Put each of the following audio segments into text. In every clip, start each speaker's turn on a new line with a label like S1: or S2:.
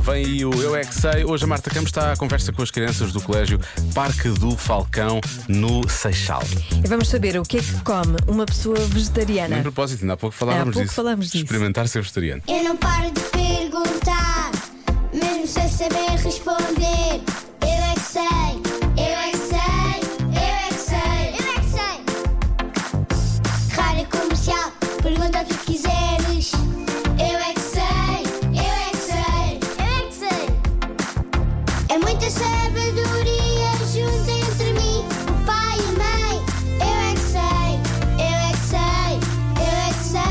S1: Vem aí o Eu É Que Sei. Hoje a Marta Campos está à conversa com as crianças do Colégio Parque do Falcão, no Seixal.
S2: E vamos saber o que é que come uma pessoa
S1: Em
S2: vegetariana.
S1: propósito, ainda há pouco falávamos
S2: É, Há pouco
S1: disso.
S2: falamos disso.
S1: Experimentar ser vegetariano.
S3: Eu não paro de perguntar, mesmo sem saber responder. Eu é que sei, eu é que sei, eu é que sei, eu é que sei. Rádio comercial, pergunta o que quiseres. Eu é que sei, eu é que sei, eu é que sei. É muita sabedoria junta entre mim, o pai e a mãe. Eu é que sei, eu é que sei, eu é que sei.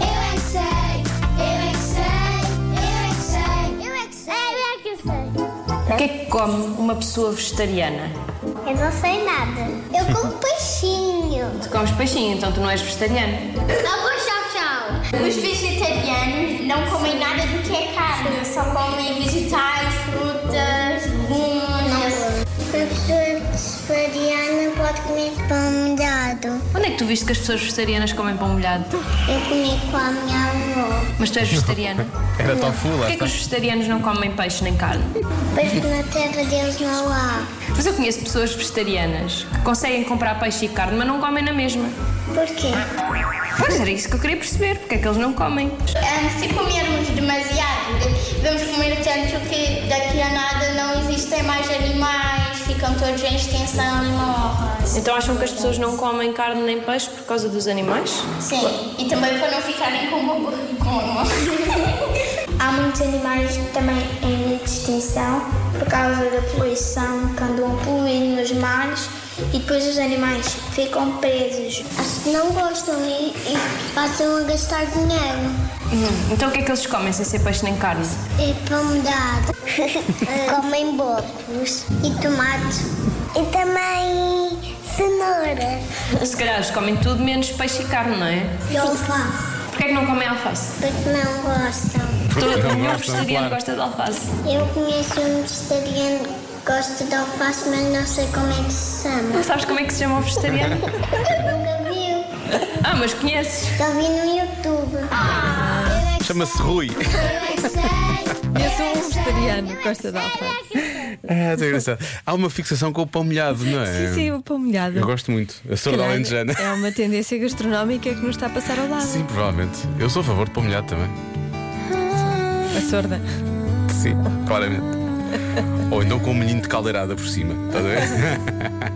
S3: Eu é que sei, eu é que sei, eu é que sei, eu é que sei, eu é que sei.
S4: O que é que come uma pessoa vegetariana?
S3: Eu não sei nada. Eu como peixinho.
S4: Tu comes peixinho, então tu não és vegetariano.
S3: Arroz tchau, tchau. Os vegetarianos não comem nada do que é carne, só comem vegetais, frutas, legumes. Uma pessoa vegetariana pode comer pão molhado.
S4: Onde é que tu viste que as pessoas vegetarianas comem pão molhado?
S3: Eu comi com a minha avó,
S4: Mas tu és vegetariana.
S1: Era tofu lá.
S4: Porquê é que os vegetarianos não comem peixe nem carne?
S3: porque na terra deles não há.
S4: Mas eu conheço pessoas vegetarianas que conseguem comprar peixe e carne, mas não comem na mesma.
S3: Porquê?
S4: Pois era isso que eu queria perceber, porque é que eles não comem.
S3: se comermos demasiado, vamos comer tanto que daqui a nada não existem mais animais, ficam todos em extinção e morrem.
S4: Então acham que as pessoas não comem carne nem peixe por causa dos animais?
S3: Sim, e também para não ficarem com uma Há muitos animais também em extinção por causa da poluição que andam a poluir nos mares e depois os animais ficam presos. Acho que não gostam e, passam a gastar dinheiro. É
S4: Hum, Então o que é que eles comem sem ser peixe nem carne?
S3: E para mudar, Ah, comem bocos e tomate. E também cenoura.
S4: Se calhar eles comem tudo menos peixe e carne, não é?
S3: E alface.
S4: Porquê é que não comem alface?
S3: Porque não gostam.
S4: Todo,
S1: não
S4: nenhum
S1: gostam,
S4: um vegetariano
S1: claro.
S4: gosta de alface.
S3: Eu conheço um vegetariano que gosta de alface, mas não sei como é que se chama.
S4: Não sabes como é que se chama o vegetariano?
S3: Nunca viu.
S4: Ah, mas conheces?
S3: Já vi no YouTube. é
S1: Chama-se Rui.
S2: Eu sou um vegetariano,
S3: é
S2: gosta de alface.
S1: Ah, tá engraçado. Há uma fixação com o pão molhado, não é?
S2: Sim, sim, o pão molhado.
S1: Eu gosto muito. A sorda
S2: Calhar
S1: alentejana.
S2: É uma tendência gastronómica que nos está a passar ao lado.
S1: Sim, provavelmente. Eu sou a favor de pão molhado também.
S2: A sorda.
S1: Sim, claramente. Ou então com um molhinho de caldeirada por cima. Está a ver?